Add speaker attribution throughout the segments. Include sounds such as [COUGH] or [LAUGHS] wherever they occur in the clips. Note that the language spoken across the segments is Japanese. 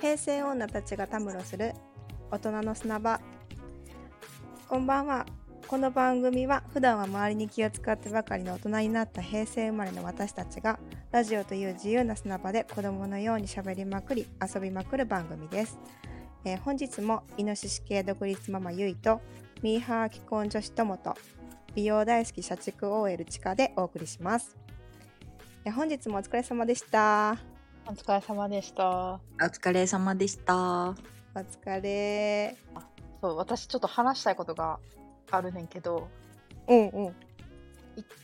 Speaker 1: 平成女たちがたむろする大人の砂場こんばんはこの番組は普段は周りに気を使ってばかりの大人になった平成生まれの私たちがラジオという自由な砂場で子供のように喋りまくり遊びまくる番組です、えー本日もイノシシ系独立ママゆいとミーハー既婚女子ともと美容大好き社畜 OL ちかでお送りしますえー本日もお疲れ様でした
Speaker 2: お疲れ様でした。
Speaker 3: お疲れ様でした。
Speaker 1: お疲れ
Speaker 2: そう、私ちょっと話したいことがあるねんけど、
Speaker 1: うんうん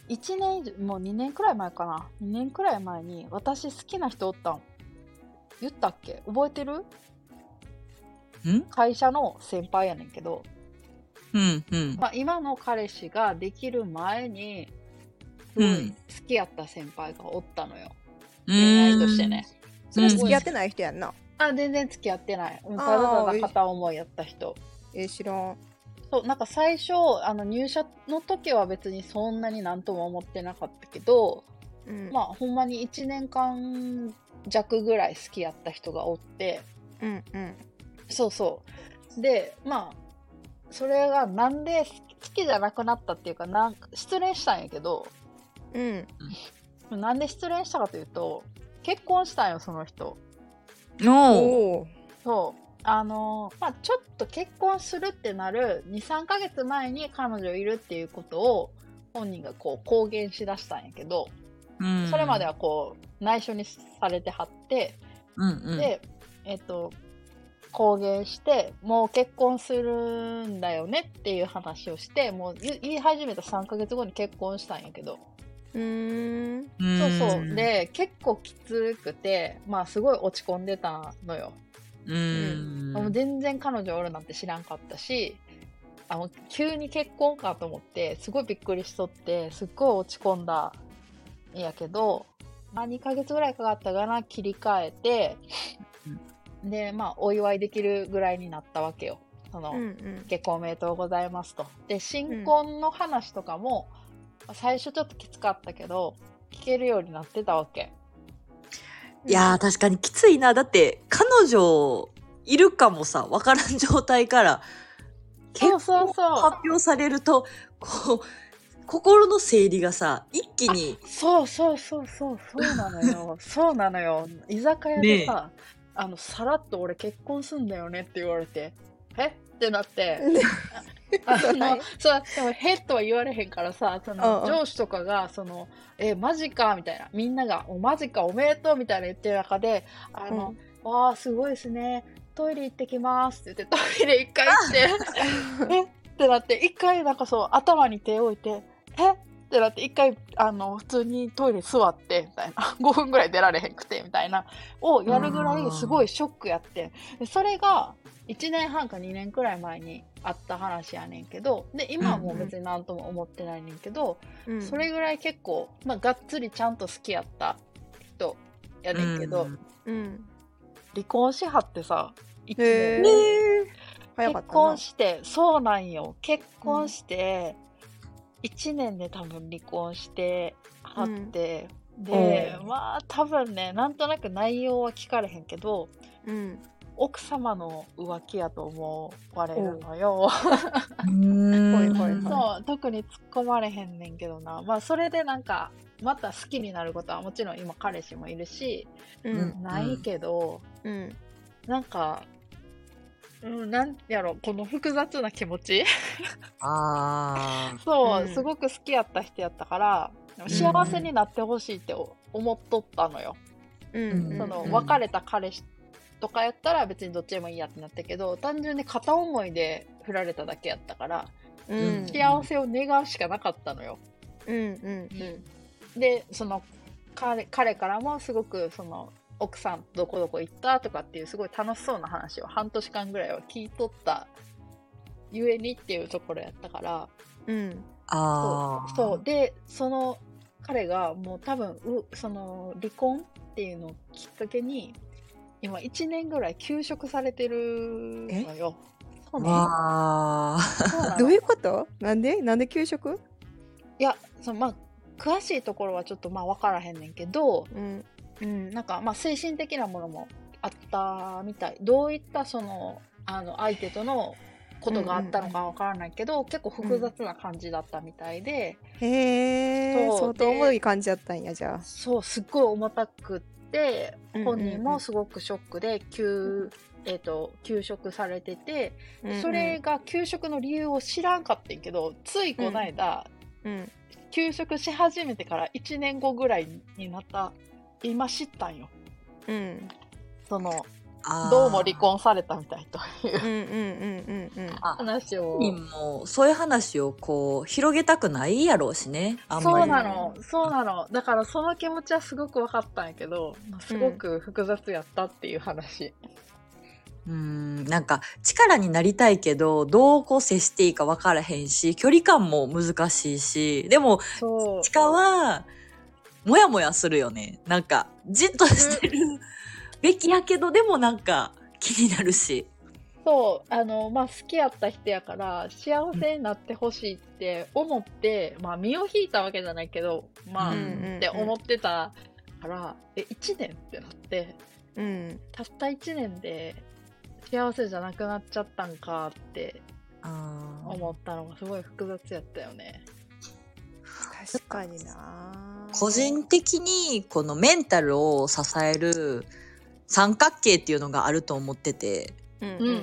Speaker 2: 1年以上、もう2年くらい前かな。2年くらい前に、私好きな人おったん。言ったっけ覚えてる
Speaker 3: ん
Speaker 2: 会社の先輩やねんけど、
Speaker 3: うんうん。
Speaker 2: まあ、今の彼氏ができる前に、
Speaker 3: う
Speaker 2: 好
Speaker 3: ん
Speaker 2: きやった先輩がおったのよ。
Speaker 3: う
Speaker 2: 恋愛としてね。
Speaker 1: それ
Speaker 3: うん
Speaker 1: 付き合ってない人やんな、
Speaker 2: あ、全然付き合ってない。うん
Speaker 1: あー
Speaker 2: ただただ片思いやった人。
Speaker 1: えー、知らん
Speaker 2: そうなんか最初あの入社の時は別にそんなになんとも思ってなかったけど、
Speaker 1: うん
Speaker 2: まあほんまに1年間弱ぐらい好きやった人がおって
Speaker 1: うんうん
Speaker 2: そうそうでまあそれがなんで好き好きじゃなくなったっていうかなんか失恋したんやけど
Speaker 1: うん
Speaker 2: なんで失恋したかというと結婚したんよその人
Speaker 3: おー
Speaker 1: おお
Speaker 2: そうあのまあちょっと結婚するってなる23ヶ月前に彼女いるっていうことを本人がこう公言しだしたんやけど、
Speaker 3: うん
Speaker 2: それまではこう内緒にされてはって、
Speaker 3: うんうん。
Speaker 2: でえっ、と公言してもう結婚するんだよねっていう話をしてもう言言い始めた3ヶ月後に結婚したんやけど、
Speaker 1: うーん
Speaker 3: うん
Speaker 2: そうそう、で結構きつくてまあすごい落ち込んでたのよ、
Speaker 3: うん。
Speaker 2: もう全然彼女おるなんて知らんかったしあの急に結婚かと思ってすごいびっくりしとってすっごい落ち込んだんやけど、まあ、2ヶ月ぐらいかかったかな切り替えてでまあお祝いできるぐらいになったわけよその、
Speaker 1: うんうん
Speaker 2: 結婚おめでとうございますとで新婚の話とかも、最初ちょっときつかったけど聞けるようになってたわけ
Speaker 3: いやー確かにきついな。だって彼女いるかもさ、わからん状態から結
Speaker 2: そう
Speaker 3: 婚
Speaker 2: そうそう
Speaker 3: 発表されると、こう、心の整理がさ、一気に、
Speaker 2: そうそうそうそうそうなのよそうなのよ居酒屋でさ、あのさらっと俺結婚すんだよねって言われてえってなってあのそうでも「へ」とは言われへんからさそ
Speaker 1: うんう
Speaker 2: の
Speaker 1: ん
Speaker 2: 上司とかがその「えマジか」みたいなみんなが「おマジかおめでとう」みたいな言ってる中で「あの、わあすごいですねトイレ行ってきます」って言ってトイレ一回行って
Speaker 1: [LAUGHS]
Speaker 2: 「えっ?」てなって一回なんかそう頭に手を置いて「えっ?」ってなって一回あの普通にトイレ座ってみたいな [LAUGHS] 5分ぐらい出られへんくてみたいなをやるぐらいすごいショックやってでそれが1年半か2年くらい前にあった話やねんけどで今はもう別になんとも思ってないねんけど、
Speaker 1: うん
Speaker 2: [LAUGHS] それぐらい結構、まあ、がっつりちゃんと好きやった人やねんけど、
Speaker 3: うん
Speaker 1: うん
Speaker 2: 離婚しはってさ1
Speaker 1: へ
Speaker 2: 年
Speaker 1: ー
Speaker 3: ね
Speaker 1: 早かった
Speaker 2: 結
Speaker 1: な
Speaker 2: 婚してそうなんよ結婚して、1年で多分離婚してはって、で
Speaker 3: う
Speaker 2: まあ多分ねなんとなく内容は聞かれへんけど
Speaker 1: うん
Speaker 2: 奥様の浮気やと思われるのよ、
Speaker 3: うん
Speaker 1: ほいほいほい
Speaker 2: そう特に突っ込まれへんねんけどなまあそれでなんかまた好きになることはもちろん今彼氏もいるし、
Speaker 1: うん
Speaker 2: ないけど、
Speaker 1: うん
Speaker 2: なんか、うん、なんやろこの複雑な気持
Speaker 1: [LAUGHS]
Speaker 2: ち
Speaker 3: あー
Speaker 2: そう、
Speaker 1: うん
Speaker 2: すごく好きやった人やったから幸せになってほしいってお思っとったのよ、
Speaker 1: うん
Speaker 3: うん
Speaker 2: その
Speaker 3: うん
Speaker 2: 別れた彼氏とかやったら別にどっちでもいいやってなったけど単純に片思いで振られただけやったから
Speaker 1: うん
Speaker 2: 幸せを願うしかなかったのよ、
Speaker 1: うんうん
Speaker 2: でその彼彼からもすごくその奥さんどこどこ行ったとかっていうすごい楽しそうな話を半年間ぐらいは聞いとったゆえにっていうところやったから
Speaker 1: うん
Speaker 3: あ
Speaker 2: そう
Speaker 3: ー。
Speaker 2: そうでその彼がもう多分うその離婚っていうのをきっかけに今1年ぐらい休職されてるのよそうな
Speaker 3: わあ。
Speaker 2: のそうなの
Speaker 1: どういうことなんでなんで給食
Speaker 2: いやそのまあ詳しいところはちょっとまあ分からへんねんけど、
Speaker 1: うん
Speaker 2: うん、なんかまあ精神的なものもあったみたいどういったそのあの相手とのことがあったのかわからないけど、結構複雑な感じだったみたいで、
Speaker 1: へえ
Speaker 2: そう
Speaker 1: 相当重い感じだったんやじゃ
Speaker 2: そうすっごい重たくって
Speaker 1: うんうんうん
Speaker 2: 本人もすごくショックで休,、えー、と休職されてて、
Speaker 1: あ
Speaker 2: それが休職の理由を知らんかったんやけどついこの間、
Speaker 1: うん
Speaker 2: 休職し始めてから1年後ぐらいになった今知ったんよ
Speaker 1: うん
Speaker 2: その
Speaker 3: あー
Speaker 2: どうも離婚されたみたいという
Speaker 1: うんうんうんうんうん
Speaker 3: あ
Speaker 2: 話を。
Speaker 3: 本人もそういう話をこう広げたくないやろうしねあんまり
Speaker 2: そうなのそうなのだからその気持ちはすごく分かったんやけどすごく複雑やったっていう話、
Speaker 3: うーんなんか力になりたいけどどうこう接していいか分からへんし距離感も難しいしでも
Speaker 2: そう
Speaker 3: 力はモヤモヤするよねなんかじっとしてるべきやけどでもなんか気になるし
Speaker 2: そうあのまあ好きやった人やから幸せになってほしいって思って、まあ身を引いたわけじゃないけどまあ、
Speaker 3: う
Speaker 1: うん
Speaker 3: ん
Speaker 2: って思ってたからえ1年ってなって
Speaker 1: うん
Speaker 2: たった1年で幸せじゃなくなっちゃったんかって
Speaker 3: あー
Speaker 2: 思ったのがすごい複雑やったよね。
Speaker 1: 確かにな
Speaker 3: 個人的にこのメンタルを支える三角形っていうのがあると思ってて
Speaker 1: うん
Speaker 2: うん
Speaker 1: う
Speaker 2: う
Speaker 1: ん
Speaker 2: んう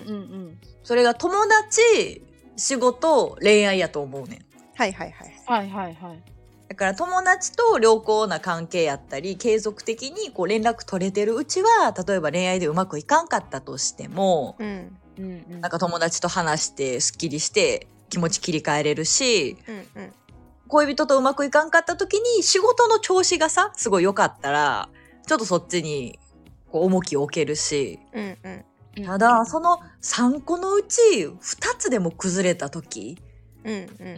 Speaker 2: ん、
Speaker 3: それが友達仕事恋愛やと思うねん。
Speaker 1: はいはいはい
Speaker 2: はいはいはい。
Speaker 3: だから友達と良好な関係やったり継続的にこう連絡取れてるうちは例えば恋愛でうまくいかんかったとしても
Speaker 1: うん
Speaker 2: うんうん
Speaker 3: なんか友達と話してすっきりして気持ち切り替えれるし
Speaker 1: うんうん
Speaker 3: 恋人とうまくいかんかった時に仕事の調子がさすごい良かったらちょっとそっちにこう重きを置けるし
Speaker 1: うんうん
Speaker 3: ただその3個のうち2つでも崩れた時
Speaker 1: うんう
Speaker 2: うんんう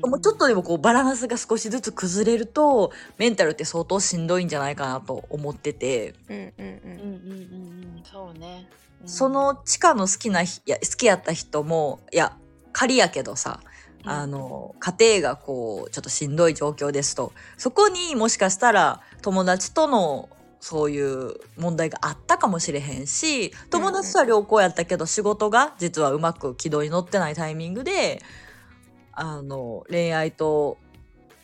Speaker 2: んうん、
Speaker 3: もうちょっとでもこうバランスが少しずつ崩れるとメンタルって相当しんどいんじゃないかなと思ってて、
Speaker 1: うんうんう
Speaker 2: う
Speaker 1: ん
Speaker 2: んうんうんうんそうね、うん
Speaker 3: その地下の好きなひいや好きやった人もいや仮やけどさあの家庭がこうちょっとしんどい状況ですとそこにもしかしたら友達とのそういう問題があったかもしれへんし友達とは良好やったけど仕事が実はうまく軌道に乗ってないタイミングであの恋愛と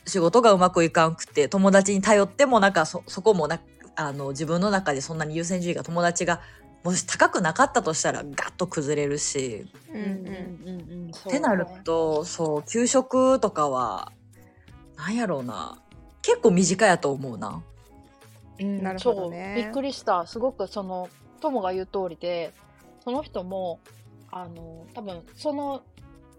Speaker 3: 仕事がうまくいかんくて友達に頼ってもなんかそそこもなあの自分の中でそんなに優先順位が友達がもし高くなかったとしたらガッと崩れるし。
Speaker 1: う
Speaker 2: うん
Speaker 1: ん
Speaker 2: うんうんうん
Speaker 3: ってなるとそう給食とかはなんやろうな結構短いやと思うな。
Speaker 2: うん
Speaker 1: なるほどね
Speaker 2: そうびっくりしたすごくその友が言う通りでその人もあの多分その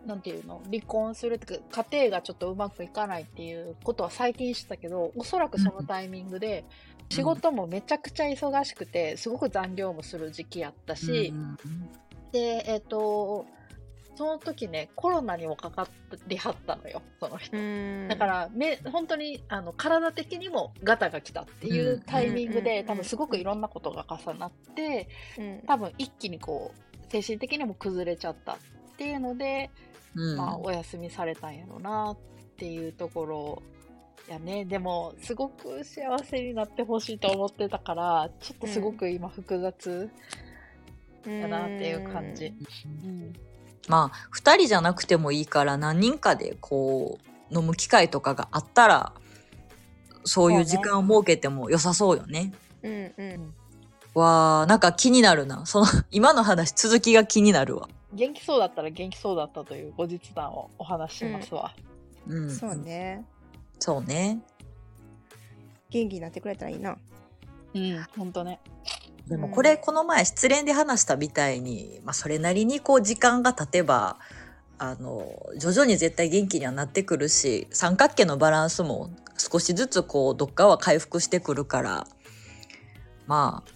Speaker 2: なんていうの離婚するっていうか家庭がちょっとうまくいかないっていうことは最近知ったけどおそらくそのタイミングで仕事もめちゃくちゃ忙しくてすごく残業もする時期やったし、
Speaker 3: うん
Speaker 2: で、えっ、と、その時ね、コロナにもかかりはったのよ、その人。
Speaker 1: うん
Speaker 2: だから、め本当にあの体的にもガタが来たってい
Speaker 3: うん
Speaker 2: うタイミングで、
Speaker 1: うん
Speaker 2: 多分すごくいろんなことが重なって、
Speaker 1: うん
Speaker 2: 多分一気にこう、精神的にも崩れちゃったっていうので、
Speaker 3: うん
Speaker 2: まあ、お休みされたんやろなっていうところやね。でも、すごく幸せになってほしいと思ってたから、ちょっとすごく今複雑だなっていう感じ。うん
Speaker 3: まあ2人じゃなくてもいいから何人かでこう飲む機会とかがあったらそういう時間を設けても良さそうよね。
Speaker 1: うんうん
Speaker 3: わあなんか気になるなその今の話続きが気になるわ。
Speaker 2: 元気そうだったら元気そうだったという後日談をお話ししますわ。
Speaker 3: うん、
Speaker 1: そうね
Speaker 3: そうね
Speaker 1: 元気になってくれたらいいな
Speaker 2: うん、ほんとね。
Speaker 3: でもこれこの前失恋で話したみたいに、まあ、それなりにこう時間が経てばあの徐々に絶対元気にはなってくるし三角形のバランスも少しずつこうどっかは回復してくるからまあ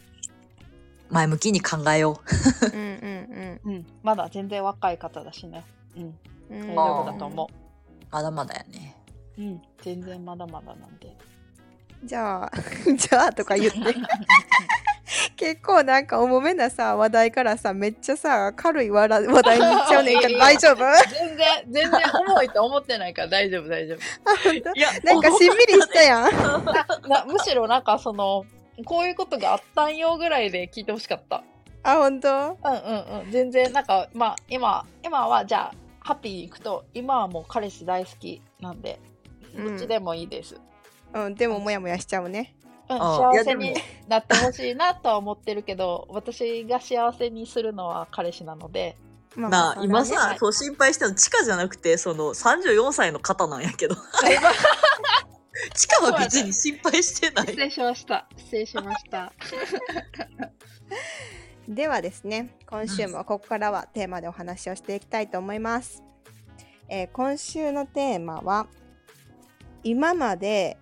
Speaker 3: 前向きに考えよう。 [LAUGHS]
Speaker 1: うんうん
Speaker 2: うん、まだ全然若い方だしね。うん、
Speaker 1: うん
Speaker 2: 大丈夫だと思
Speaker 3: まだまだやね。
Speaker 2: う。うん、全然まだまだなんで。
Speaker 1: じゃあじゃあとか言って結構なんか重めなさ話題からさめっちゃさ軽いわら話題にいっちゃうねんけ
Speaker 2: い
Speaker 1: ど
Speaker 2: や
Speaker 1: 大
Speaker 2: いや
Speaker 1: 丈夫あ
Speaker 2: 全然、全然重いと思ってないから大 [LAUGHS] 丈夫、大丈夫。
Speaker 1: 本当
Speaker 2: いや、
Speaker 1: なんかしんみりしたやん
Speaker 2: なむしろなんかその、こういうことがあったんよぐらいで聞いてほしかった。
Speaker 1: あ、本当
Speaker 2: うんうんうん。全然、なんか、まあ、今、今はじゃあ、ハッピーに行くと、今はもう彼氏大好きなんで、
Speaker 1: うん
Speaker 2: どっちでもいいです。
Speaker 1: うん、でもモヤモヤしちゃうね。
Speaker 2: うん、
Speaker 3: あいや
Speaker 2: 幸
Speaker 3: で
Speaker 2: せ
Speaker 3: も
Speaker 2: になってほしいなとは思ってるけど、私が幸せにするのは彼氏なので、
Speaker 1: ま
Speaker 3: なあ今
Speaker 1: そう
Speaker 3: さそう心配したの地下じゃなくてその34歳の方なんや
Speaker 1: [LAUGHS]
Speaker 3: けど地下は別に心配してな
Speaker 2: 失
Speaker 3: い
Speaker 2: 礼しました。失礼しました。
Speaker 1: ではですね今週もここからはテーマでお話をしていきたいと思います、えー今週のテーマは今まで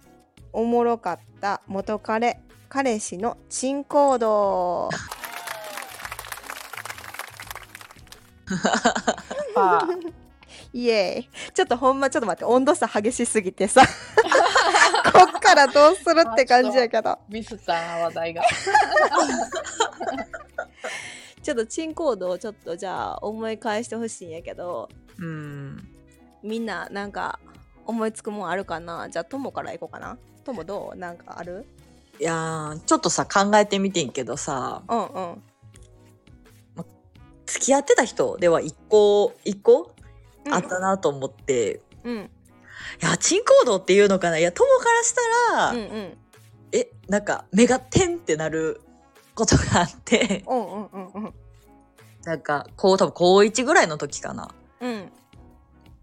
Speaker 1: おもろかった元彼彼氏の珍行動
Speaker 2: [LAUGHS] まあ、
Speaker 1: イエーイちょっとほんまちょっと待って温度差激しすぎてさこっからどうするって感じやけど
Speaker 2: ミスったな話題が。
Speaker 1: ちょっと珍行動をちょっとじゃあ思い返してほしいんやけど
Speaker 3: うん
Speaker 1: みんななんか思いつくもんあるかなじゃあ友からいこうかな友どうなんかある
Speaker 3: いやーちょっとさ考えてみてんけどさ
Speaker 1: うんうん
Speaker 3: 付き合ってた人では一個一個
Speaker 1: うん
Speaker 3: あったなと思って、い
Speaker 1: うん
Speaker 3: や珍行動っていうのかないや友からしたら、
Speaker 1: うんうん
Speaker 3: えなんか目がテンってなることがあって
Speaker 1: うんうんうんうん
Speaker 3: なんかこう多分高1ぐらいの時かな、
Speaker 1: うん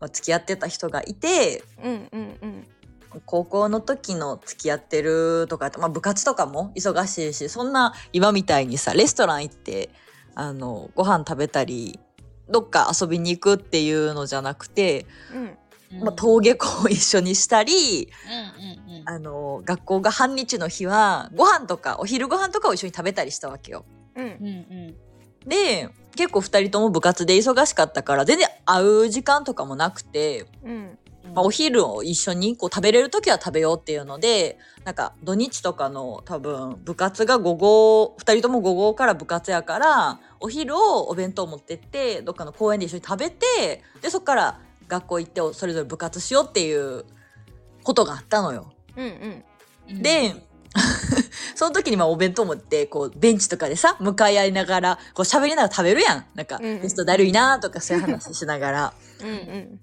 Speaker 3: まあ、付き合ってた人がいて
Speaker 1: うんうんうん
Speaker 3: 高校の時の付き合ってるとかやと、まあ、部活とかも忙しいしそんな今みたいにさレストラン行ってあのご飯食べたりどっか遊びに行くっていうのじゃなくて、
Speaker 1: うん
Speaker 3: まあ、登下校を一緒にしたり
Speaker 2: うんうんうん。
Speaker 3: あの学校が半日の日はご飯とかお昼ご飯とかを一緒に食べたりしたわけよ。
Speaker 1: うん
Speaker 2: うんうん。
Speaker 3: で結構2人とも部活で忙しかったから全然会う時間とかもなくて、
Speaker 1: うん
Speaker 3: まあ、お昼を一緒にこう食べれる時は食べようっていうのでなんか土日とかの多分部活が午後2人とも午後から部活やからお昼をお弁当持ってってどっかの公園で一緒に食べてでそっから学校行ってそれぞれ部活しようっていうことがあったのよ。
Speaker 1: うん
Speaker 2: うん
Speaker 3: で、その時にまあお弁当持ってこうベンチとかでさ向かい合いながらこう喋りながら食べるやんなんか、
Speaker 1: うん
Speaker 3: テストだるいなとかそういう話しながら。
Speaker 1: うんうん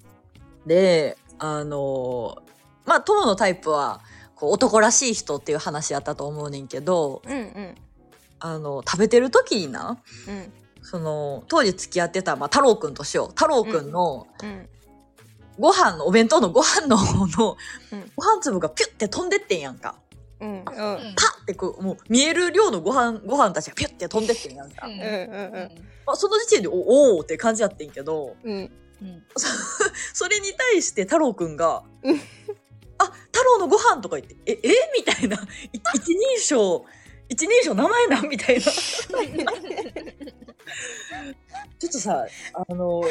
Speaker 3: であのまあ友のタイプはこう男らしい人っていう話やったと思うねんけど
Speaker 1: うんうんうん
Speaker 3: あの食べてる時にな
Speaker 1: うん
Speaker 3: その当時付き合ってた、まあ、太郎くんとしよう太郎くんの
Speaker 1: うん
Speaker 3: ご飯のお弁当のご飯の
Speaker 1: う
Speaker 3: 方の
Speaker 1: ん
Speaker 3: ご飯粒がピュッて飛んでってんやんか
Speaker 1: うんうん
Speaker 2: うん、
Speaker 3: パッてこうもう見える量のご飯ご飯たちがピュッて飛んでってんやんか、
Speaker 2: うん
Speaker 1: うんうん
Speaker 3: まあ、その時点でおおーって感じやってんけど
Speaker 1: うん
Speaker 2: うん
Speaker 3: それに対して太郎くんが
Speaker 1: うん
Speaker 3: 「あ太郎のご飯とか言って「ええみたいな「 [LAUGHS] い一人称一人称名前なん?」みたいなちょっとさあの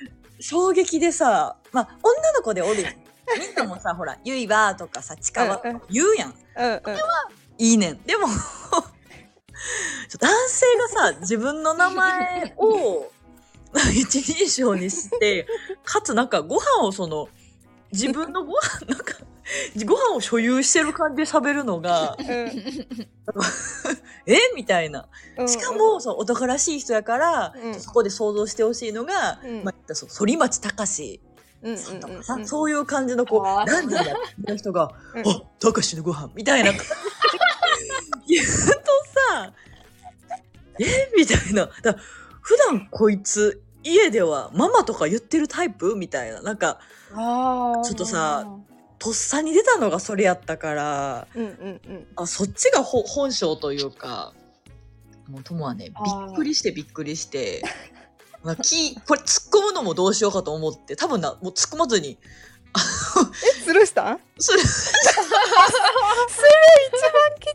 Speaker 3: [LAUGHS] 衝撃でさまあ女の子でおるやんみんなもさほら「ゆいは」とかさ「ちかは」とか言うやん
Speaker 1: うん
Speaker 3: いいねんでも [LAUGHS] 男性がさ自分の名前を一人称にしてかつなんかご飯をその自分のご飯なんかご飯を所有してる感じで喋るのがえみたいな
Speaker 1: うん
Speaker 3: しかもその男らしい人やから、
Speaker 1: うん
Speaker 3: そこで想像してほしいのが、
Speaker 1: うん
Speaker 3: まあ、言ったそう反町隆史
Speaker 1: うんうん
Speaker 3: さんとかさ、
Speaker 1: うん
Speaker 3: そういう感じのこう
Speaker 2: あー
Speaker 3: なんでだっていう人が
Speaker 1: うん
Speaker 3: あ、たかしのご飯
Speaker 1: [LAUGHS]
Speaker 3: みたいな。言うとさ、えみたいな。だから普段こいつ、家ではママとか言ってるタイプみたいな。なんか、
Speaker 2: あー
Speaker 3: ちょっとさとっさに出たのがそれやったから、
Speaker 1: うんうんうん
Speaker 3: あそっちがほ本性というか、もう友はね、びっくりしてびっくりして、まあ、きこれ突っ込むのもどうしようかと思って、多分な、もう突っ込まずに、
Speaker 1: え吊るしたん
Speaker 3: それ
Speaker 1: 一番き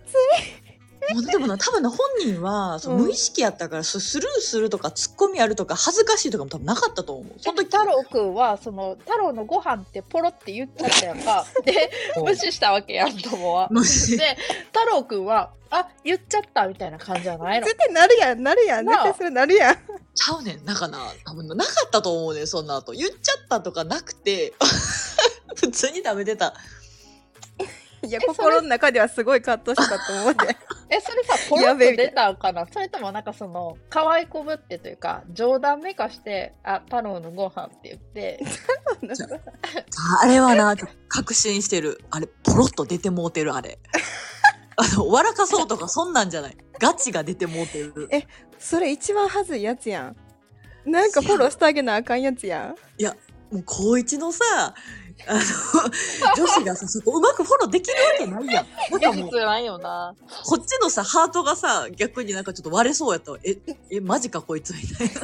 Speaker 1: つ
Speaker 3: もうでもな多分な本人はそう
Speaker 1: うん
Speaker 3: 無意識やったから、そうスルーするとかツッコミあるとか恥ずかしいとかも多分なかったと思う。そ
Speaker 2: そ
Speaker 3: の
Speaker 2: の時
Speaker 3: 時
Speaker 2: 太郎くんはその太郎のご飯ってポロって言っちゃったやん
Speaker 3: [LAUGHS]
Speaker 2: かで無視したわけやん友は。
Speaker 3: 無視
Speaker 2: で太郎くんは「あ言っちゃった」みたいな感じじゃない
Speaker 1: い
Speaker 2: の
Speaker 1: 絶対なるやんなるやん
Speaker 2: な
Speaker 1: 絶
Speaker 2: あ
Speaker 1: 対それなるやん
Speaker 3: ちゃうねんなんかな多分なかったと思うねんそんな [LAUGHS] 後言っちゃったとかなくて普通に食べてた。
Speaker 1: いや
Speaker 2: えそれ
Speaker 1: 心の中ではすごい葛藤してたと思うで
Speaker 2: えそれさポロ
Speaker 1: や
Speaker 2: ッと
Speaker 1: べえみたい
Speaker 2: 出たんかなそれともなんかその可愛こぶってというか冗談めかして「あ太郎のご飯って言って
Speaker 3: あれはな、確信してる。あれ、ポロッと出てもうてる、あれ。あの、笑かそうとか、そんなんじゃない。ガチが出てもうてる。
Speaker 1: それ一番はずいやつやんなんかフォローしてあげなあかんやつやん
Speaker 3: もう、高一のさ、あの、女子がさ、そこうまくフォローできるわけないやん。なんか
Speaker 2: 技
Speaker 3: もう
Speaker 2: 術、ないよな
Speaker 3: こっちのさ、ハートがさ、逆になんかちょっと割れそうやったわ。え、え、マジか、こいつ、みたいな。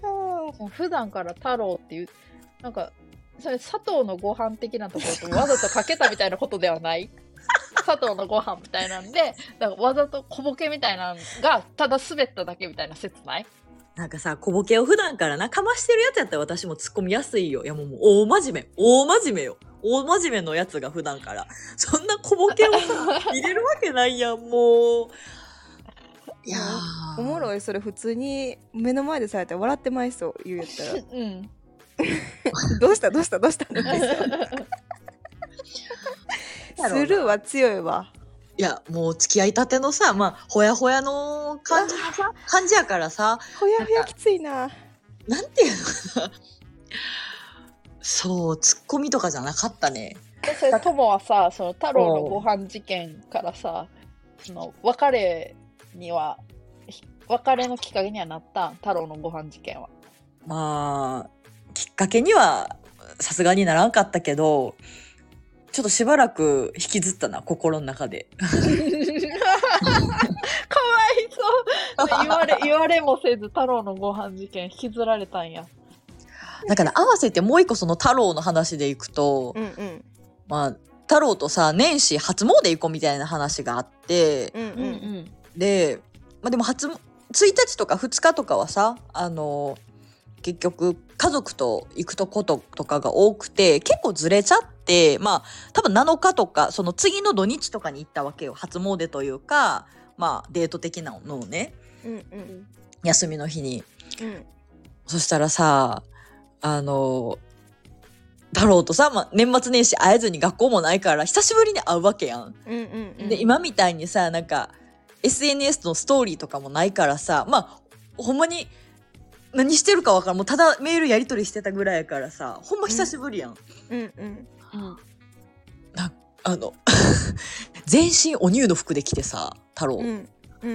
Speaker 2: その普段から太郎っていうなんかそれ佐藤のご飯的なところとわざとかけたみたいなことではない佐藤のご飯みたいなんでなんかわざと小ボケみたいなのがただ滑っただけみたいな説ない
Speaker 3: [LAUGHS] なんかさ、小ボケを普段からな、かましてるやつやったら私も突っ込みやすいよ。いやもう、もう大真面目。大真面目よ。大真面目のやつが普段から。そんな小ボケをさ入れるわけないやん、もう。いやー
Speaker 1: おもろいそれ普通に目の前でされて笑ってまいそう言うやったら
Speaker 2: うん
Speaker 1: どうしたどうしたどうしたの
Speaker 3: だろうな
Speaker 1: スルーは強いわ
Speaker 3: いや、もう付き合いたてのさ、まあ、ほやほやの感じ [LAUGHS] のさ、感じやからさ、
Speaker 1: ほやほやきついな
Speaker 3: なんていうのかな。そう、突っ込みとかじゃなかったね。
Speaker 2: でそれ友はさその太郎のご飯事件からさその別れにはひ別れのきっかけにはなったん太郎のご飯事件は
Speaker 3: まあきっかけにはさすがにならんかったけどちょっとしばらく引きずったな心の中で
Speaker 2: かわい [LAUGHS] そう言われ言われもせず太郎のご飯事件引きずられたんや
Speaker 3: [LAUGHS] だから合わせてもう一個その太郎の話でいくと、
Speaker 1: うんうん
Speaker 3: まあ太郎とさ年始初詣行こうみたいな話があって
Speaker 1: うん
Speaker 2: うん
Speaker 1: うん
Speaker 3: で、まあ、でも初1日とか2日とかはさあの結局家族と行くとこととかが多くて結構ずれちゃってまあ多分7日とかその次の土日とかに行ったわけよ初詣というかまあデート的なのをね
Speaker 1: うんうん
Speaker 3: 休みの日に。
Speaker 1: うん
Speaker 3: そしたらさあの太郎とさ、まあ、年末年始会えずに学校もないから久しぶりに会うわけやん。
Speaker 1: うんうんうん
Speaker 3: で今みたいにさなんか SNS のストーリーとかもないからさまあほんまに何してるかわからんもうただメールやり取りしてたぐらいやからさほんま久しぶりやん、
Speaker 1: うんうん
Speaker 2: うん
Speaker 3: あの [LAUGHS] 全身お乳の服で着てさ太郎、
Speaker 1: うんうん
Speaker 2: う
Speaker 1: う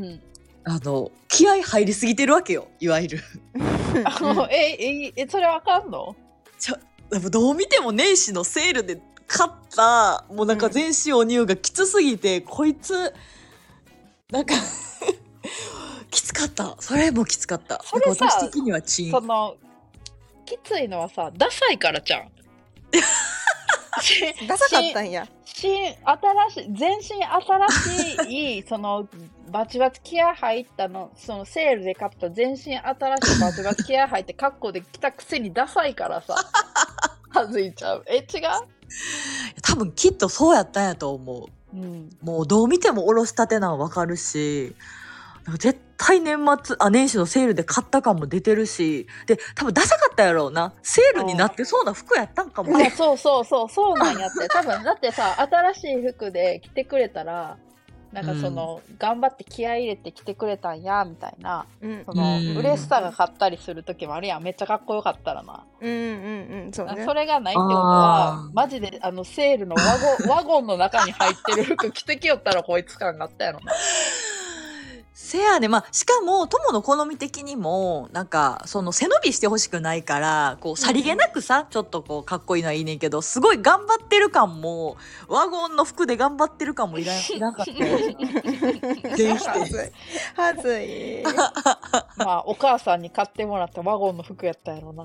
Speaker 1: ん
Speaker 2: ん
Speaker 3: あの気合入りすぎてるわけよいわゆる
Speaker 2: あの [LAUGHS] えええそれわかんの
Speaker 3: でもどう見ても年始のセールで買ったもうなんか全身お乳がきつすぎて、こいつなんか [LAUGHS] きつかったそれもきつかった
Speaker 2: それさ
Speaker 3: なんか私的にはチーン
Speaker 2: そのきついのはさダサいからじゃん
Speaker 1: ダサかったんや
Speaker 2: 新新しい全身新しい [LAUGHS] そのバチバチ気合入ったのそのセールで買った全身新しいバチバチ気合入って格好で来たくせにダサいから [LAUGHS] さはずいちゃうえ違
Speaker 3: 多分きっとそうやったんやと思
Speaker 2: う、うん、
Speaker 3: うもうどう見てもおろしたてなんわかるしなんか絶対年末あ年始のセールで買った感も出てるしで多分ダサかったやろうなセールになってそうな服やったんかも
Speaker 2: あそうそうそうそうなんや [LAUGHS] って多分だってさ新しい服で着てくれたらなんかその、頑張って気合い入れて着てくれたんやみたいな
Speaker 1: うん
Speaker 2: その、
Speaker 3: うん
Speaker 2: 嬉しさが買ったりする時もあるやんめっちゃかっこよかったらな
Speaker 1: うんうんうんそう
Speaker 2: あ
Speaker 1: ね
Speaker 2: それがないってことは
Speaker 3: あー
Speaker 2: マジであのセールのワゴンワゴンの中に入ってる服着てきよったらこいつ感があったやろな
Speaker 3: せやねまあしかも友の好み的にもなんかその背伸びしてほしくないからこうさりげなくさ、ちょっとこうかっこいいのはいいねんけどすごい頑張ってる感もワゴンの服で頑張ってる感もいらんいらんかった
Speaker 2: [LAUGHS]
Speaker 3: よな全否
Speaker 1: は
Speaker 3: 定
Speaker 1: ずいはずい
Speaker 2: まあお母さんに買ってもらったワゴンの服やったやろな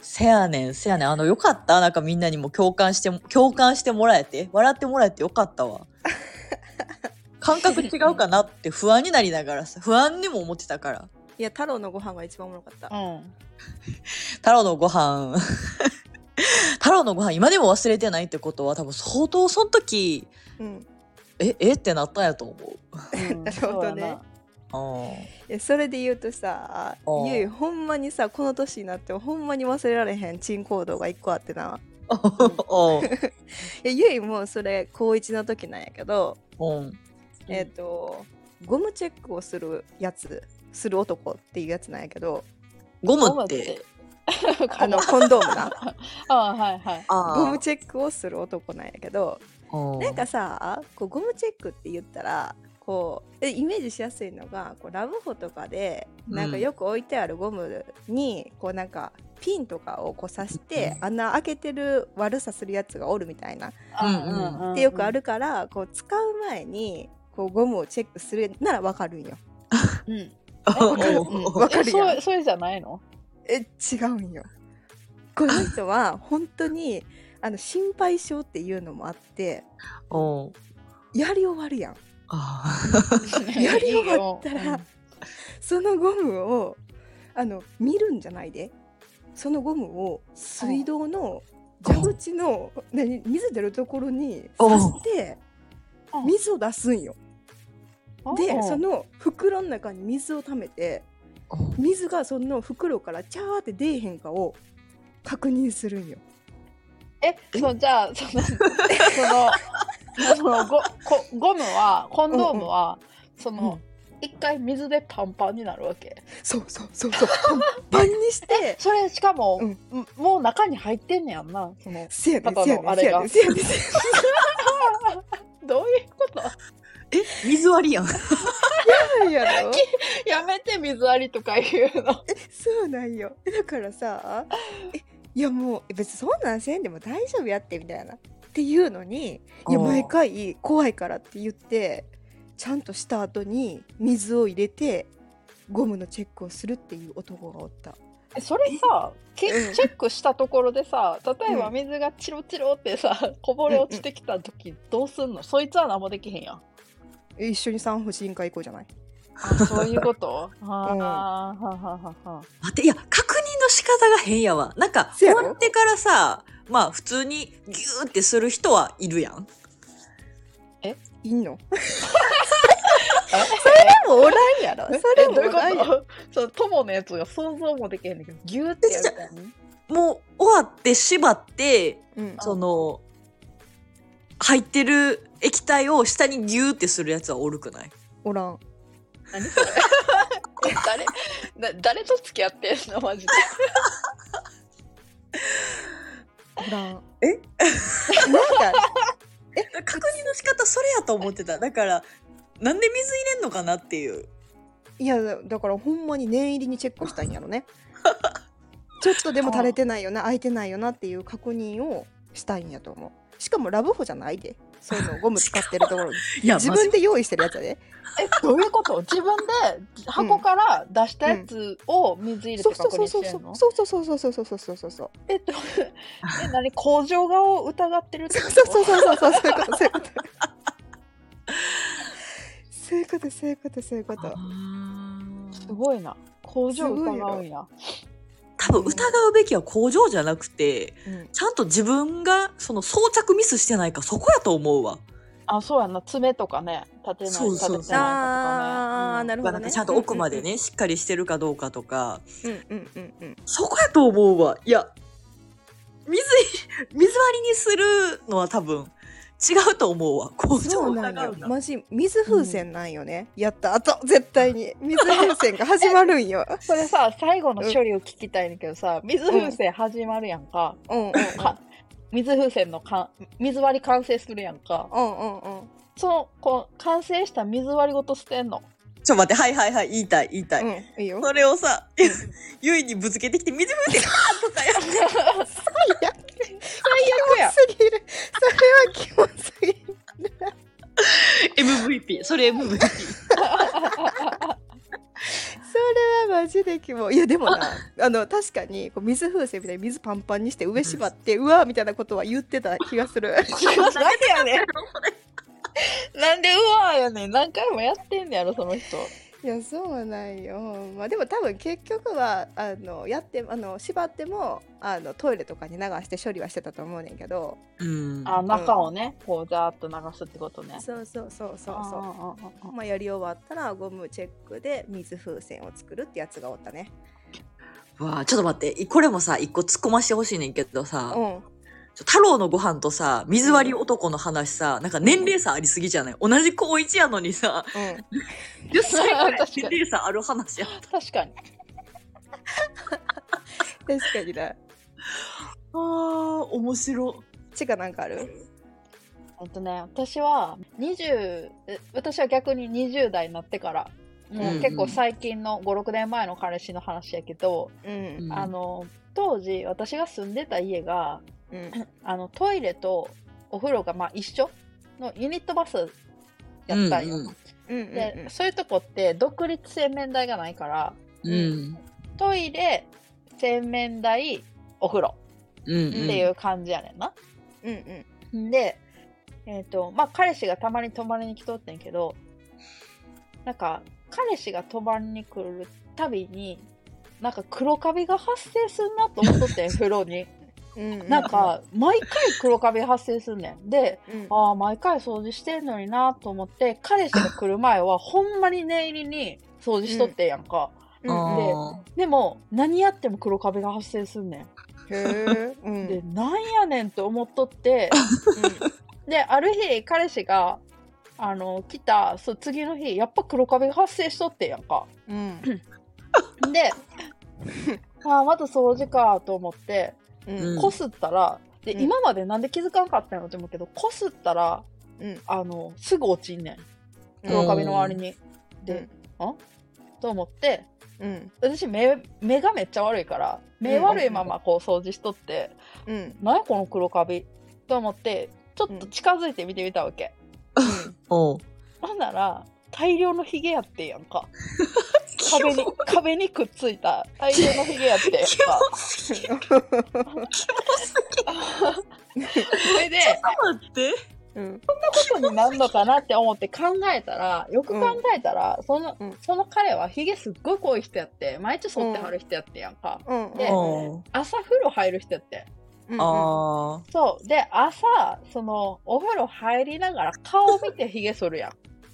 Speaker 3: せやねん、せやねん。あの、よかった。なんかみんなにも共感して、共感してもらえて、笑ってもらえてよかっ
Speaker 1: [LAUGHS]
Speaker 3: たわ。感覚違うかなって不安になりながらさ、不安にも思ってたから。
Speaker 1: いや太郎のご飯が一番おもろかった
Speaker 2: うん
Speaker 3: 太郎のご飯、 [LAUGHS] 太郎のご飯今でも忘れてないってことは、多分相当その時、
Speaker 1: うん
Speaker 3: え、えってなったんやと思う。
Speaker 2: うん
Speaker 1: なるほどね
Speaker 2: そうやな
Speaker 3: おー
Speaker 1: えそれで言うとさ
Speaker 3: おう
Speaker 1: ゆいほんまにさこの年になってもほんまに忘れられへん珍行動が一個あってな
Speaker 3: おー
Speaker 1: いやゆいもそれ高一の時なんやけど、
Speaker 3: [LAUGHS] おー
Speaker 1: えっ、とゴムチェックをするやつする男っていうやつなんやけ
Speaker 3: [LAUGHS]
Speaker 1: ど
Speaker 3: ゴム
Speaker 2: ゴム
Speaker 3: っ
Speaker 2: ってて。
Speaker 1: あのコンドームな
Speaker 2: あ [LAUGHS] あはいはい。
Speaker 3: [LAUGHS] あ
Speaker 1: ゴムチェックをする男なんやけど
Speaker 3: ム
Speaker 1: なんかさこうゴムチェックって言ったらこうえイメージしやすいのがこうラブホとかで
Speaker 3: うん
Speaker 1: なんかよく置いてあるゴムに、こうなんかピンとかをこう刺して
Speaker 3: うん
Speaker 1: 穴開けてる悪さするやつがおるみたいなっ
Speaker 3: うんうん
Speaker 2: ああ
Speaker 1: てよくあ。るから、こう使う前にこうゴムをチェックするならわかるんよ。
Speaker 2: うんうん
Speaker 3: おー
Speaker 1: うん
Speaker 3: おー
Speaker 1: わか
Speaker 2: え
Speaker 1: るやん
Speaker 2: そうそれじゃないの？
Speaker 1: え違うんよ。この人は本当にあの心配性っていうのもあって
Speaker 3: おー
Speaker 1: やり終わるやん。
Speaker 3: あ
Speaker 1: やり終わったらそのゴムをあの見るんじゃないでそのゴムを水道の蛇口の何水出るところに刺して
Speaker 2: うん
Speaker 1: 水を出すんよ。
Speaker 2: うん
Speaker 1: でそ。
Speaker 2: うん
Speaker 1: の袋の中に水を溜めて
Speaker 3: ーおー
Speaker 1: 水がその袋からチャーって出えへんかを確認するんよ。
Speaker 2: えそうじゃあその [LAUGHS] そのそのゴこゴムはコンドームはその一回水でパンパンになるわけ。
Speaker 1: そうそうそう
Speaker 2: [LAUGHS]
Speaker 1: そうパンパンにして
Speaker 2: それしかも
Speaker 1: うん
Speaker 2: うんもう中に入ってんねやんな。その
Speaker 1: せやねん
Speaker 2: パパ
Speaker 1: せや
Speaker 2: の
Speaker 1: ねん
Speaker 2: あ
Speaker 1: せ
Speaker 2: れ
Speaker 1: や
Speaker 2: が
Speaker 1: ねんせやねんせやねん
Speaker 2: どういうこと？
Speaker 3: え水割りやん。
Speaker 1: やろ
Speaker 2: やめて水ありとか言うの。
Speaker 1: そうなんよえだからさえいやもうえ別にそんなんせんでも大丈夫やってみたいなっていうのにいや
Speaker 3: おー
Speaker 1: 毎回怖いからって言ってちゃんとした後に水を入れてゴムのチェックをするっていう男がおった
Speaker 2: えそれさけ
Speaker 1: うん
Speaker 2: チェックしたところでさ例えば
Speaker 1: うん
Speaker 2: 水がチロチロってさこぼれ落ちてきた時どうすんの、そいつは何もできへんやん
Speaker 1: え一緒に産婦人科行こうじゃない
Speaker 2: あそう [LAUGHS] いうことあーはあはあはあ
Speaker 3: 待っていや確認の仕方が変やわなんか
Speaker 1: せや
Speaker 3: 終
Speaker 1: ろ
Speaker 3: わってからさまあ普通にギューってする人はいるやん
Speaker 1: いんの
Speaker 2: え
Speaker 1: でもおらんやろ
Speaker 2: え
Speaker 1: それ
Speaker 2: えど
Speaker 1: も
Speaker 2: うい
Speaker 1: おらん
Speaker 2: う
Speaker 1: やろ
Speaker 2: ことそう友のやつが想像もできへんねんけどギューってやるからね
Speaker 3: もう終わって縛って
Speaker 1: うん
Speaker 3: その入ってる液体を下にギューってするやつはおるくない
Speaker 1: おらん
Speaker 2: 何それえ誰 [LAUGHS] な誰と付き合ってんの [LAUGHS] マジで
Speaker 1: おらん
Speaker 3: え
Speaker 1: なんか
Speaker 3: 確認の仕方それやと思ってただからなんで水入れんのかなっていう
Speaker 1: いやだだからほんまに念入りにチェックしたいんやろ [LAUGHS] ねちょっとでも垂れてないよな空いてないよなっていう確認をしたいんやと思うしかもラブホじゃないでそう [LAUGHS] いうのゴム使ってるところ
Speaker 3: いや
Speaker 1: 自分で用意してるやつやで
Speaker 2: えどういうこと自分で箱から出したやつを水入れて
Speaker 1: そうそう
Speaker 2: 確
Speaker 1: そう
Speaker 2: 認
Speaker 1: そう
Speaker 2: して
Speaker 1: そ
Speaker 2: んの
Speaker 1: うそうそうそうそうそうそうそうそうそうそう
Speaker 2: えっと、 [LAUGHS] え、何工場側を疑ってるってこと
Speaker 1: そうそうそうそういうことそういうことそういうことそういうことそういうこ
Speaker 3: あ
Speaker 1: と
Speaker 3: ー
Speaker 2: すごいな。工場を疑うんや。
Speaker 3: 多分疑うべきは工場じゃなくて
Speaker 1: うん
Speaker 3: ちゃんと自分がその装着ミスしてないかそこやと思うわ
Speaker 2: あ、そうやんな。爪とかね、立てない、
Speaker 3: そう
Speaker 2: 立てて
Speaker 3: そ
Speaker 2: な
Speaker 3: う
Speaker 2: い
Speaker 3: そう
Speaker 2: とかね。
Speaker 1: あーなる
Speaker 2: る
Speaker 1: ほ
Speaker 3: ま
Speaker 1: ど
Speaker 3: あなん
Speaker 1: ね
Speaker 3: かちゃんと奥までね、しっかりしてるかどうかとか、
Speaker 1: うんうんうんうんうん
Speaker 3: そこやと思うわ。いや、水、水割りにするのは多分違うと思うわ。工場
Speaker 1: そう
Speaker 3: を
Speaker 1: なん
Speaker 3: 疑
Speaker 1: よ
Speaker 3: うな。
Speaker 1: マジ水風船なんよね、やったあと絶対に水風船が始まるん [LAUGHS] よ
Speaker 2: これさ、最後の処理を聞きたいんだけどさ、水風船始まるやんか。
Speaker 1: うんうん
Speaker 2: か水風船のかん水割り完成するやんか。
Speaker 1: うんうんうん
Speaker 2: その、こう、完成した水割りごと捨てんの。
Speaker 3: ちょ、待って、はいはいはい、言いたい、言いたい。
Speaker 1: うんいいよ
Speaker 3: それをさ、 [LAUGHS] ゆいにぶつけてきて、水
Speaker 1: [LAUGHS]
Speaker 3: 風船、あーとかやっ
Speaker 2: 最悪
Speaker 1: 最悪
Speaker 2: や。
Speaker 1: すぎるそれはキモすぎる
Speaker 3: MVP、それ MVP。
Speaker 1: それはマジでキモいやでも [LAUGHS] なあの確かにこう水風船みたいに水パンパンにして上縛ってうわーみたいなことは言ってた気がす [LAUGHS] る
Speaker 2: なんで [LAUGHS] やねん。なんでうわーやねん。何回もやってんねやろ、その人。
Speaker 1: いやそうなんよ、まあ、でも多分結局はあのやってあの縛ってもあのトイレとかに流して処理はしてたと思うねんけど
Speaker 3: うん。
Speaker 2: あ中をね、こうザーッと流すってことね。
Speaker 1: そうそうそうそうそううまあやり終わったらゴムチェックで水風船を作るってやつがおったね
Speaker 3: わあちょっと待って、いこれもさ、一個突っ込ましてほしいねんけど
Speaker 1: う
Speaker 3: さ、
Speaker 1: ん
Speaker 3: ちょ太郎のご飯とさ、水割り男の話さ、なんか年齢差ありすぎじゃない同じ高一やのにさ、10歳ぐらい
Speaker 2: 確かに
Speaker 3: 年齢差ある話や。
Speaker 2: 確かに。
Speaker 1: うん、確かにな
Speaker 3: あー、面白。
Speaker 1: ちかなんかある
Speaker 2: えっとね、私は20え私は逆に20代になってから、もううん結構最近の56年前の彼氏の話やけど、
Speaker 1: うん
Speaker 2: あの当時私が住んでた家が
Speaker 1: うん
Speaker 2: あのトイレとお風呂がまあ一緒のユニットバスやったんよ、
Speaker 3: うん
Speaker 1: うんうん
Speaker 2: で、そういうとこって独立洗面台がないから
Speaker 3: うん。
Speaker 2: トイレ洗面台お風呂
Speaker 3: うん。
Speaker 2: っ
Speaker 3: っ
Speaker 2: ていう感じやねんな。
Speaker 1: うんうん
Speaker 2: で、えっとまあ、彼氏がたまに泊まりに来とってんけどなんか彼氏が泊まりに来るたびになんか黒カビが発生すんなと思っとってん風呂に
Speaker 1: うんうん
Speaker 2: なんか毎回黒カビ発生すんねんで
Speaker 1: うん
Speaker 2: ああ毎回掃除してんのになと思って彼氏が来る前はほんまに念入りに掃除しとってんやんか、
Speaker 1: うん
Speaker 2: ででも何やっても黒カビが発生すんね
Speaker 1: へえうんん
Speaker 2: でなんやねんって思っとってである日彼氏があの来たそう次の日やっぱ黒カビが発生しとってんやんか
Speaker 1: うん [LAUGHS]
Speaker 2: であーまた掃除かと思って
Speaker 1: うん
Speaker 2: こすったら、で
Speaker 1: うん
Speaker 2: 今までなんで気づかんかったんやろって思うけどこすったら
Speaker 1: うん
Speaker 2: あのすぐ落ちんねん黒
Speaker 1: う
Speaker 2: カビの周りに。で、あと思って
Speaker 1: うん
Speaker 2: 私目目がめっちゃ悪いから目悪いままこう掃除しとって、
Speaker 1: うんうん
Speaker 2: なんやこの黒カビと思ってちょっと近づいて見てみたわけ。
Speaker 3: おう
Speaker 2: ほんなら大量のヒゲやってんやんか壁に壁にくっついた大量のヒゲやってん
Speaker 1: [LAUGHS]
Speaker 2: やんかそれで
Speaker 3: 待って。
Speaker 1: うん
Speaker 2: こになんのかなって思って考えたらよく考えたら、その
Speaker 1: うん
Speaker 2: その彼はヒゲすっごい濃い人やって毎日剃ってはる人やってんやんか、
Speaker 1: うんうん
Speaker 2: で
Speaker 3: おう
Speaker 2: 朝風呂入る人やって
Speaker 1: うん
Speaker 3: あ
Speaker 2: そうで朝そのお風呂入りながら顔見てヒゲ剃るや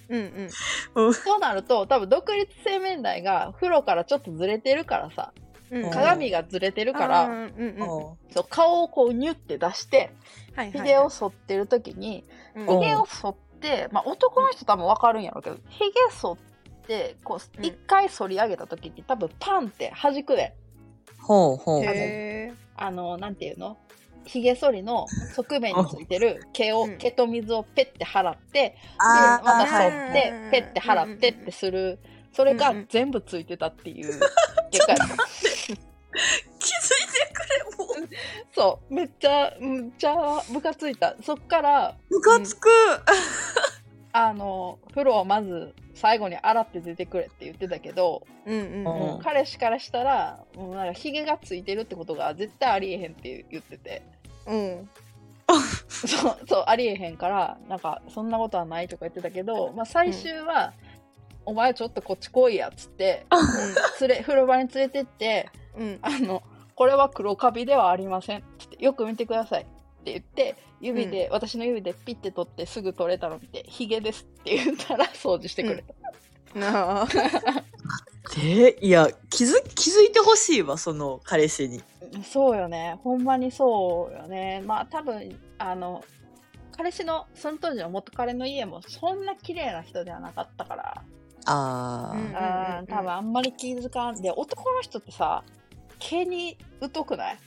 Speaker 2: ん
Speaker 1: うんうん
Speaker 2: そうなると多分独立洗面台が風呂からちょっとずれてるからさ
Speaker 1: うん
Speaker 2: 鏡がずれてるから、
Speaker 1: うんうん
Speaker 3: ー。
Speaker 1: うん
Speaker 3: おう
Speaker 2: そう顔をこうニュって出して
Speaker 1: はい
Speaker 2: ひ
Speaker 1: はい
Speaker 2: げを剃ってる時に
Speaker 1: うん
Speaker 2: ひ
Speaker 3: お
Speaker 2: げを剃って、まあ、男の人多分分かるんやろうけどひげ剃ってこ
Speaker 1: う
Speaker 2: うん一回剃り上げた時に多分パンって弾くで
Speaker 3: ほうほう。
Speaker 1: へ
Speaker 2: あのなんていうのひげ剃りの側面についてる毛を
Speaker 1: うん
Speaker 2: 毛と水をペッて払ってで
Speaker 3: あー
Speaker 2: また
Speaker 1: は
Speaker 2: 剃
Speaker 1: い
Speaker 2: ってペッて払ってってするそれが全部ついてたっていう結
Speaker 1: [LAUGHS]
Speaker 2: 果やった
Speaker 3: 気づいてくれ、もう。
Speaker 2: そうめっちゃめっちゃムカついたそっから
Speaker 3: ムカつく。
Speaker 2: あの風呂をまず最後に洗って出てくれって言ってたけど、
Speaker 1: えうんうん
Speaker 2: もう彼氏からしたらもうなんかヒゲがついてるってことが絶対ありえへんって言ってて [LAUGHS]
Speaker 1: うん
Speaker 2: そうそうありえへんからなんかそんなことはないとか言ってたけど、まあ、最終は、お前ちょっとこっち来いや」っつって連れ風呂場に連れてって
Speaker 1: うん
Speaker 2: あの「これは黒カビではありません」っつって「よく見てください」って言って指で、私の指でピッて取ってすぐ取れたの見て「ヒゲです」って言ったら掃除してくれた。
Speaker 1: なあ
Speaker 3: で、いや、気づ、気づいてほしいわ、その彼氏に。
Speaker 2: そうよね。ほんまにそうよね。まあ多分、あの、彼氏の、その当時の元彼の家もそんな綺麗な人ではなかったから、
Speaker 3: あ
Speaker 1: うん
Speaker 2: うん、多分あんまり気づかんで、男の人ってさ、毛に疎くない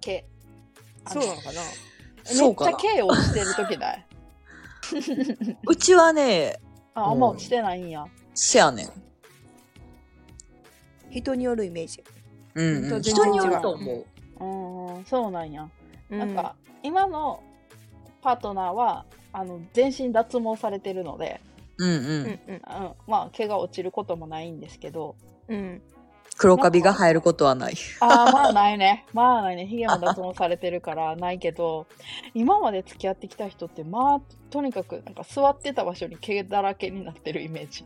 Speaker 2: 毛。あ
Speaker 1: そ
Speaker 2: の
Speaker 1: うなのかな
Speaker 3: そうか
Speaker 2: め
Speaker 3: な
Speaker 2: っちゃ毛落ちてる時ない
Speaker 1: [LAUGHS]
Speaker 3: うちはね、
Speaker 2: あ、あんま落ちてないんや。
Speaker 3: せやねん。
Speaker 1: 人によるイメージ
Speaker 3: うんうん、
Speaker 1: 人
Speaker 3: 人に
Speaker 2: に
Speaker 3: よ
Speaker 2: よ
Speaker 3: る
Speaker 2: る
Speaker 3: と
Speaker 2: と
Speaker 3: 思
Speaker 1: 思
Speaker 3: う。
Speaker 2: うん、そうなんや。
Speaker 1: な
Speaker 2: なんか、今のパートナーは、あの、全身脱毛されてるので、
Speaker 3: うんう
Speaker 1: うん
Speaker 3: ん。
Speaker 1: うん
Speaker 2: うん、まあ毛が落ちることもないんですけ [LAUGHS] ど
Speaker 1: うん
Speaker 3: 黒カビが生えることはない。
Speaker 2: ああまあないねまあないねヒゲも脱毛されてるから [LAUGHS] ないけど今まで付き合ってきた人ってまあとにかくなんか座ってた場所に毛だらけになってるイメージ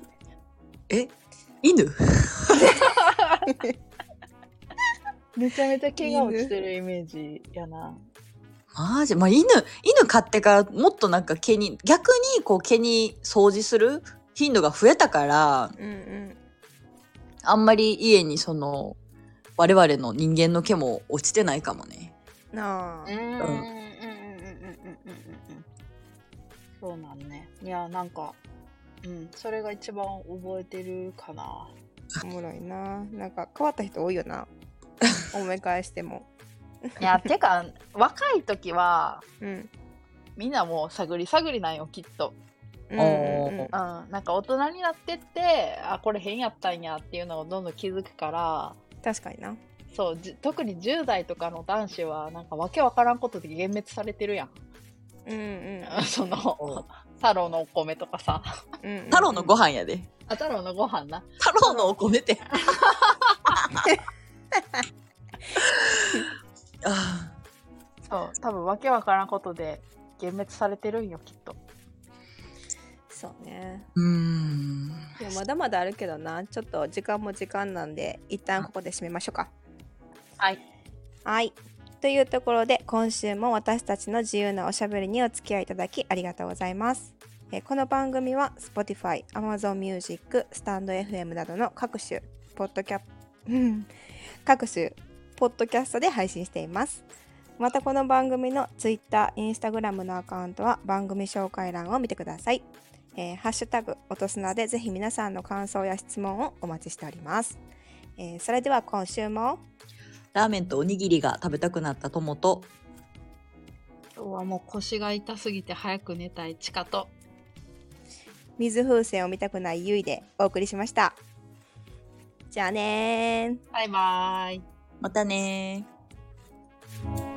Speaker 3: え犬
Speaker 2: めちゃめちゃ怪我をしてるイメージやな。
Speaker 3: マジまあ犬犬飼ってからもっとなんか毛に逆にこう毛に掃除する頻度が増えたから
Speaker 1: うんうん
Speaker 3: あんまり家にその我々の人間の毛も落ちてないかもね。
Speaker 1: なあ
Speaker 2: うんうんうんうんうんうんうんうん。そうなんね。いや、なんか、うん、それが一番覚えてるかな。
Speaker 1: おもろいななんか変わった人多いよな思い返しても
Speaker 2: いや、てか、若い時は、
Speaker 1: うん
Speaker 2: みんなもう探り探りなんよ、きっと。
Speaker 1: うんう
Speaker 3: おー [LAUGHS]
Speaker 1: んうん
Speaker 2: うん、なんか大人になってってあこれ変やったんやっていうのをどんどん気づくから
Speaker 1: 確かにな
Speaker 2: そうじ特に10代とかの男子はなんかわけわからんことで幻滅されてるやん [LAUGHS]
Speaker 1: うんうん
Speaker 2: その太郎のお米とかさ [LAUGHS]
Speaker 1: うんうん
Speaker 3: 太郎のご飯やで。
Speaker 2: あ太郎のご飯な
Speaker 3: 太郎のお米って。あ
Speaker 2: そう多分わけわからんことで幻滅されてるんよきっと
Speaker 1: そうね
Speaker 3: ーうーん。
Speaker 1: いやまだまだあるけどなちょっと時間も時間なんで一旦ここで締めましょうか
Speaker 2: はい
Speaker 1: はいというところで今週も私たちの自由なおしゃべりにお付き合いいただきありがとうございますえーこの番組は Spotify、Amazon Music、スタンド FM などの各種ポッドキャ各種ポッドキャストで配信していますまたこの番組の Twitter、Instagram のアカウントは番組紹介欄を見てくださいえーハッシュタグ落とすなでぜひ皆さんの感想や質問をお待ちしております、えーそれでは今週も
Speaker 3: ラーメンとおにぎりが食べたくなった友と
Speaker 2: 今日はもう腰が痛すぎて早く寝たいチカと
Speaker 1: 水風船を見たくないゆいでお送りしましたじゃあねー
Speaker 2: バイバーイ
Speaker 3: またねー。